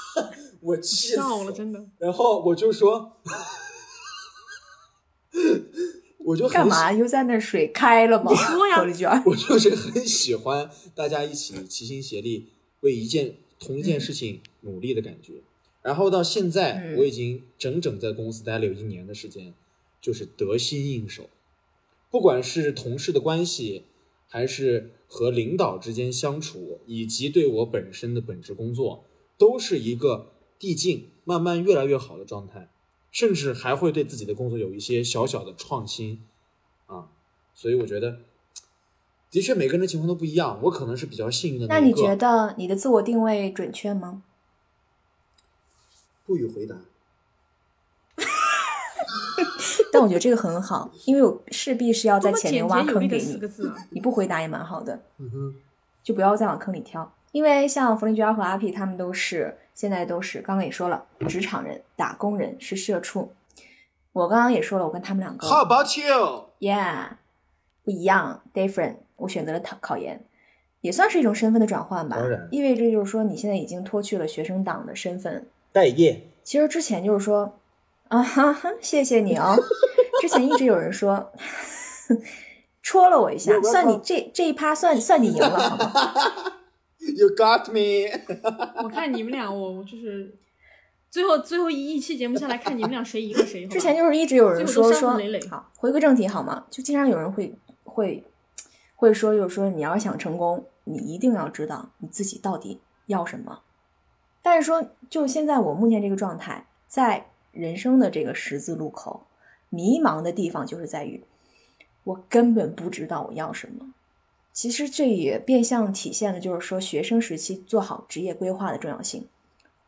S4: 我气死
S6: 笑了，真的。
S4: 然后我就说， 我就很
S2: 干
S4: 喜
S2: 嘛 又在那儿水开了吗？
S6: 说呀
S2: 火力卷儿，
S4: 我就是很喜欢大家一起齐心协力为一件同一件事情努力的感觉。然后到现在，
S2: 嗯
S4: 我已经整整在公司待了有一年的时间，就是得心应手。不管是同事的关系，还是和领导之间相处，以及对我本身的本职工作，都是一个递进、慢慢越来越好的状态，甚至还会对自己的工作有一些小小的创新啊。所以我觉得，的确每个人的情况都不一样，我可能是比较幸运的
S2: 那
S4: 一个。
S2: 你觉得你的自我定位准确吗？
S4: 不予回答。
S2: 但我觉得这个很好，因为我势必是要在
S6: 多么
S2: 前面
S6: 简
S2: 挖
S6: 洁有
S2: 坑
S6: 力
S2: 给
S6: 的四
S2: 你
S6: 个，字啊！
S2: 你不回答也蛮好的。
S4: 嗯哼，
S2: 就不要再往坑里跳。因为像冯丽娟和阿 P 他们都是现在都是刚刚也说了，职场人、打工人是社畜。我刚刚也说了，我跟他们两个
S4: How about you？
S2: ，yeah，不一样，different。我选择了考考研，也算是一种身份的转换吧
S4: 当然。
S2: 意味着就是说，你现在已经脱去了学生党的身份，
S4: 待业，
S2: 其实之前就是说，啊哈哈，谢谢你哦。之前一直有人说， 戳了我一下，
S4: 有个
S2: 算你
S4: 坑
S2: 这这一趴算算你赢了，好吗？
S4: You got me！
S6: 我看你们俩，我我就是最后最后一期节目下来看你们俩谁赢了谁。好吧
S2: 之前就是一直有人
S6: 最后都
S2: 说
S6: 伤
S2: 说
S6: 痕累累，
S2: 好，回归正题好吗？就经常有人会会会说，就是说你要想成功，你一定要知道你自己到底要什么。但是说，就现在我目前这个状态，在人生的这个十字路口，迷茫的地方就是在于，我根本不知道我要什么。其实这也变相体现了，就是说学生时期做好职业规划的重要性。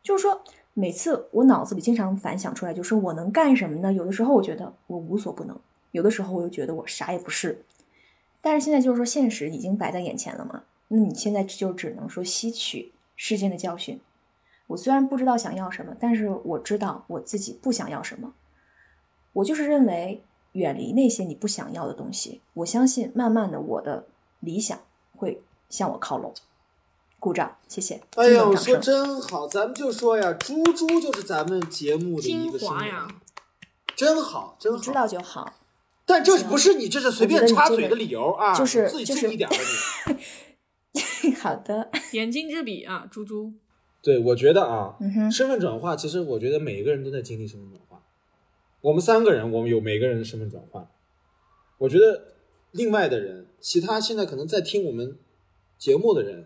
S2: 就是说，每次我脑子里经常反想出来，就是我能干什么呢？有的时候我觉得我无所不能，有的时候我又觉得我啥也不是。但是现在就是说，现实已经摆在眼前了嘛，那你现在就只能说吸取事件的教训。我虽然不知道想要什么，但是我知道我自己不想要什么。我就是认为远离那些你不想要的东西，我相信慢慢的我的理想会向我靠拢。鼓掌，谢谢。
S4: 哎呀，
S2: 听众掌声
S4: 我说真好，咱们就说呀，猪猪就是咱们节目的一
S6: 精
S4: 个声
S6: 华
S4: 音
S6: 呀，
S4: 真好，真好。
S2: 知道就好。
S4: 但这不是你这是随便插嘴的理由啊，
S2: 我觉得你这个就是
S4: 自己注 意点儿。你
S2: 好的，
S6: 点睛之笔啊，猪猪，
S4: 对，我觉得啊，
S2: 嗯哼，
S4: 身份转化，其实我觉得每一个人都在经历身份转化。我们三个人，我们有每个人的身份转换。我觉得另外的人，其他现在可能在听我们节目的人，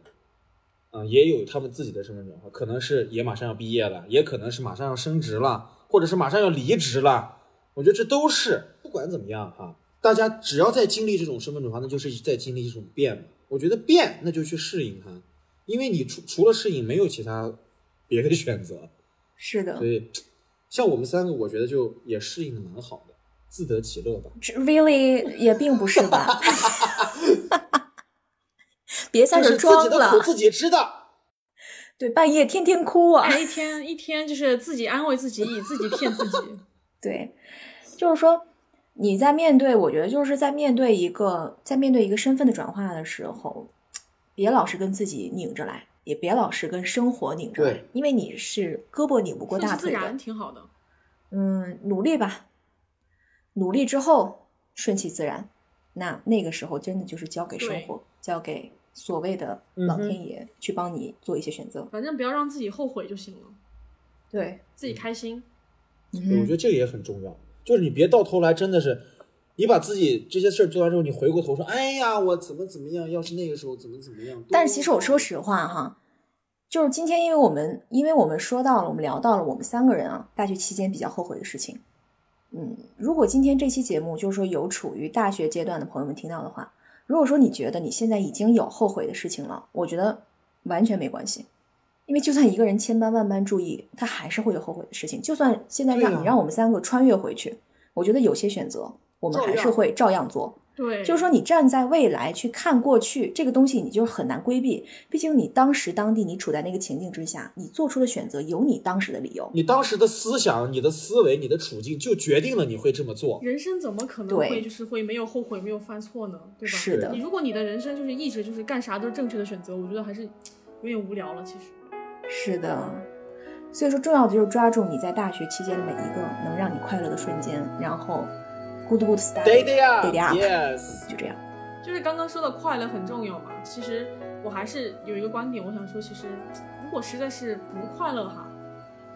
S4: 啊、也有他们自己的身份转化，可能是也马上要毕业了，也可能是马上要升职了，或者是马上要离职了。我觉得这都是不管怎么样哈、大家只要在经历这种身份转化，那就是在经历一种变嘛。我觉得变，那就去适应它，因为你除除了适应，没有其他别的选择。
S2: 是的
S4: 所，以，像我们三个，我觉得就也适应的蛮好的，自得其乐吧。
S2: 这 really 也并不是 吧？别在
S4: 就
S2: 这
S4: 是
S2: 儿
S4: 自己
S2: 装
S4: 的
S2: 了
S4: 苦，自己知道。
S2: 对，半夜天天哭啊，
S6: 哎，一天一天就是自己安慰自己，自己骗自己。
S2: 对，就是说你在面对，我觉得就是在面对一个在面对一个身份的转化的时候，别老是跟自己拧着来，也别老是跟生活拧着来
S4: 对，
S2: 因为你是胳膊拧不 过
S6: 顺
S2: 大
S6: 其自
S2: 腿的
S6: 然，挺好的。
S2: 嗯，努力吧，努力之后顺其自然。那那个时候真的就是交给生
S6: 对
S2: 活，交给所谓的老
S4: 嗯哼
S2: 天爷去帮你做一些选择。
S6: 反正不要让自己后悔就行了，
S2: 对，
S6: 自己开心。
S2: 嗯
S4: 我觉
S2: 哼，
S4: 得这个也很重要，就是你别到头来真的是，你把自己这些事儿做完之后，你回过头说，哎呀，我怎么怎么样？要是那个时候怎么怎么样？多
S2: 但是其实我说实话哈，就是今天因为我们因为我们说到了，我们聊到了我们三个人啊，大学期间比较后悔的事情。嗯，如果今天这期节目就是说有处于大学阶段的朋友们听到的话，如果说你觉得你现在已经有后悔的事情了，我觉得完全没关系，因为就算一个人千般万般注意，他还是会有后悔的事情。就算现在让、
S4: 对啊
S2: 你让我们三个穿越回去，我觉得有些选择我们
S4: 照
S2: 还是
S4: 样
S2: 会照样做。
S3: 对，
S2: 就是说，你站在未来去看过去这个东西，你就是很难规避。毕竟你当时当地你处在那个情境之下，你做出的选择有你当时的理由。
S3: 嗯
S4: 你当时的思想、你的思维、你的处境，就决定了你会这么做。
S3: 人生怎么可能
S2: 对
S3: 会就是会没有后悔、没有犯错呢？对吧？
S2: 是的
S3: 你，如果你的人生就是一直就是干啥都是正确的选择，我觉得还是有点无聊了。其实，
S2: 是的。所以说，重要的就是抓住你在大学期间的每一个能让你快乐的瞬间，然后 good good stuff，
S4: Day day
S2: Day day up
S4: up，yes。
S2: 就这样。
S3: 就是刚刚说的快乐很重要嘛。其实我还是有一个观点，我想说，其实如果实在是不快乐哈，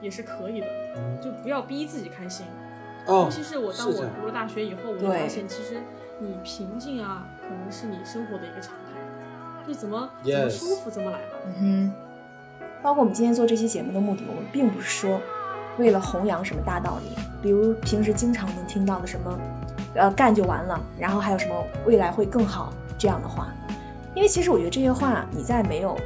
S3: 也是可以的，就不要逼自己开心。
S4: 哦
S3: 尤，其是我当
S4: 是这
S3: 我
S4: 样
S3: 读了大学以后，我就
S2: 对
S3: 发现，其实你平静啊，可能是你生活的一个常态，就怎么怎么
S4: Yes
S3: 舒服怎么来吧。
S2: 嗯哼，包括我们今天做这期节目的目的，我们并不是说为了弘扬什么大道理，比如平时经常能听到的什么，呃，干就完了，然后还有什么未来会更好这样的话，因为其实我觉得这些话你在没有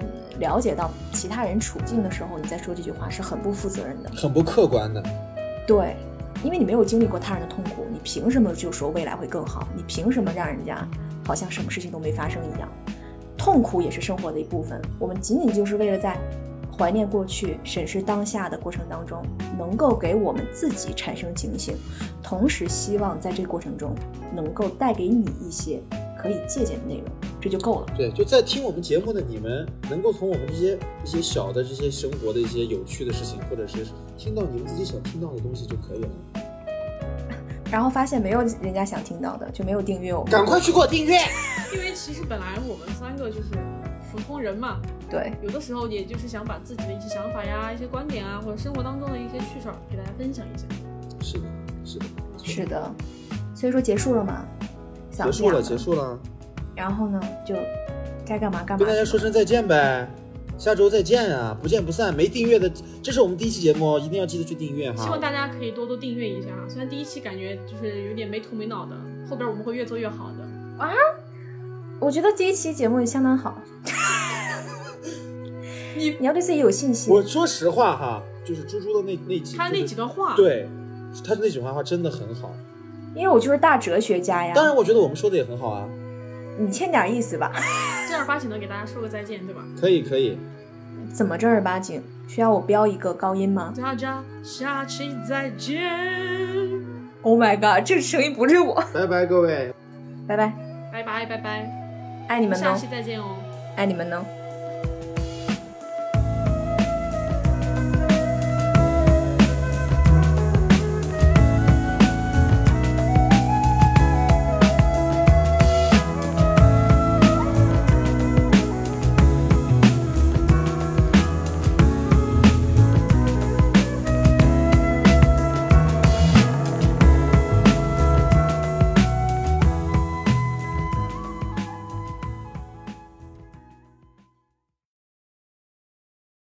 S2: 嗯了解到其他人处境的时候，你再说这句话是很不负责任的。
S4: 很不客观的。
S2: 对，因为你没有经历过他人的痛苦，你凭什么就说未来会更好？你凭什么让人家好像什么事情都没发生一样？痛苦也是生活的一部分，我们仅仅就是为了在怀念过去、审视当下的过程当中，能够给我们自己产生警醒，同时希望在这个过程中能够带给你一些可以借鉴的内容，这就够了。
S4: 对，就在听我们节目的你们，能够从我们这些一些小的这些生活的一些有趣的事情，或者是听到你们自己想听到的东西就可以了。
S2: 然后发现没有人家想听到的，就没有订阅我们。
S4: 赶快去给我订阅！
S3: 因为其实本来我们三个就是普通人嘛，
S2: 对，
S3: 有的时候也就是想把自己的一些想法呀、一些观点啊，或者生活当中的一些趣事儿给大家分享一下。
S2: 啊
S4: 是的，是的，
S2: 是的。所以说结束了嘛？想
S4: 结束了，
S2: 这样
S4: 结
S2: 的
S4: 束了，
S2: 然后呢，就该干嘛干嘛
S4: 跟大。家说声再见呗，下周再见啊，不见不散。没订阅的，这是我们第一期节目，哦一定要记得去订阅
S3: 希望
S4: 哈。
S3: 大家可以多多订阅一下啊，虽然第一期感觉就是有点没头没脑的，后边我们会越做越好的。
S2: 我觉得这一期节目也相当好。
S3: 你
S2: 你要对自己有信心
S4: 我。说实话哈，就是猪猪的那那几，
S3: 他
S4: 就
S3: 那
S4: 是
S3: 几段话，，
S4: 对，他那几段话真的很好。
S2: 因为我就是大哲学家呀。
S3: 啊
S4: 当然，我觉得我们说的也很好啊，
S2: 你欠点意思吧？
S3: 正儿八经的给大家说个再见，对吧？
S4: 可以，可以。
S2: 怎么正儿八经？需要我标一个高音吗
S3: 大家下期再见，
S2: ？Oh my god，这声音不是我。
S4: 拜拜，各位。
S2: 拜拜，
S3: 拜拜拜拜，
S2: 爱你们
S3: 下
S2: 呢
S3: 期，再见哦。
S2: 爱你们呢。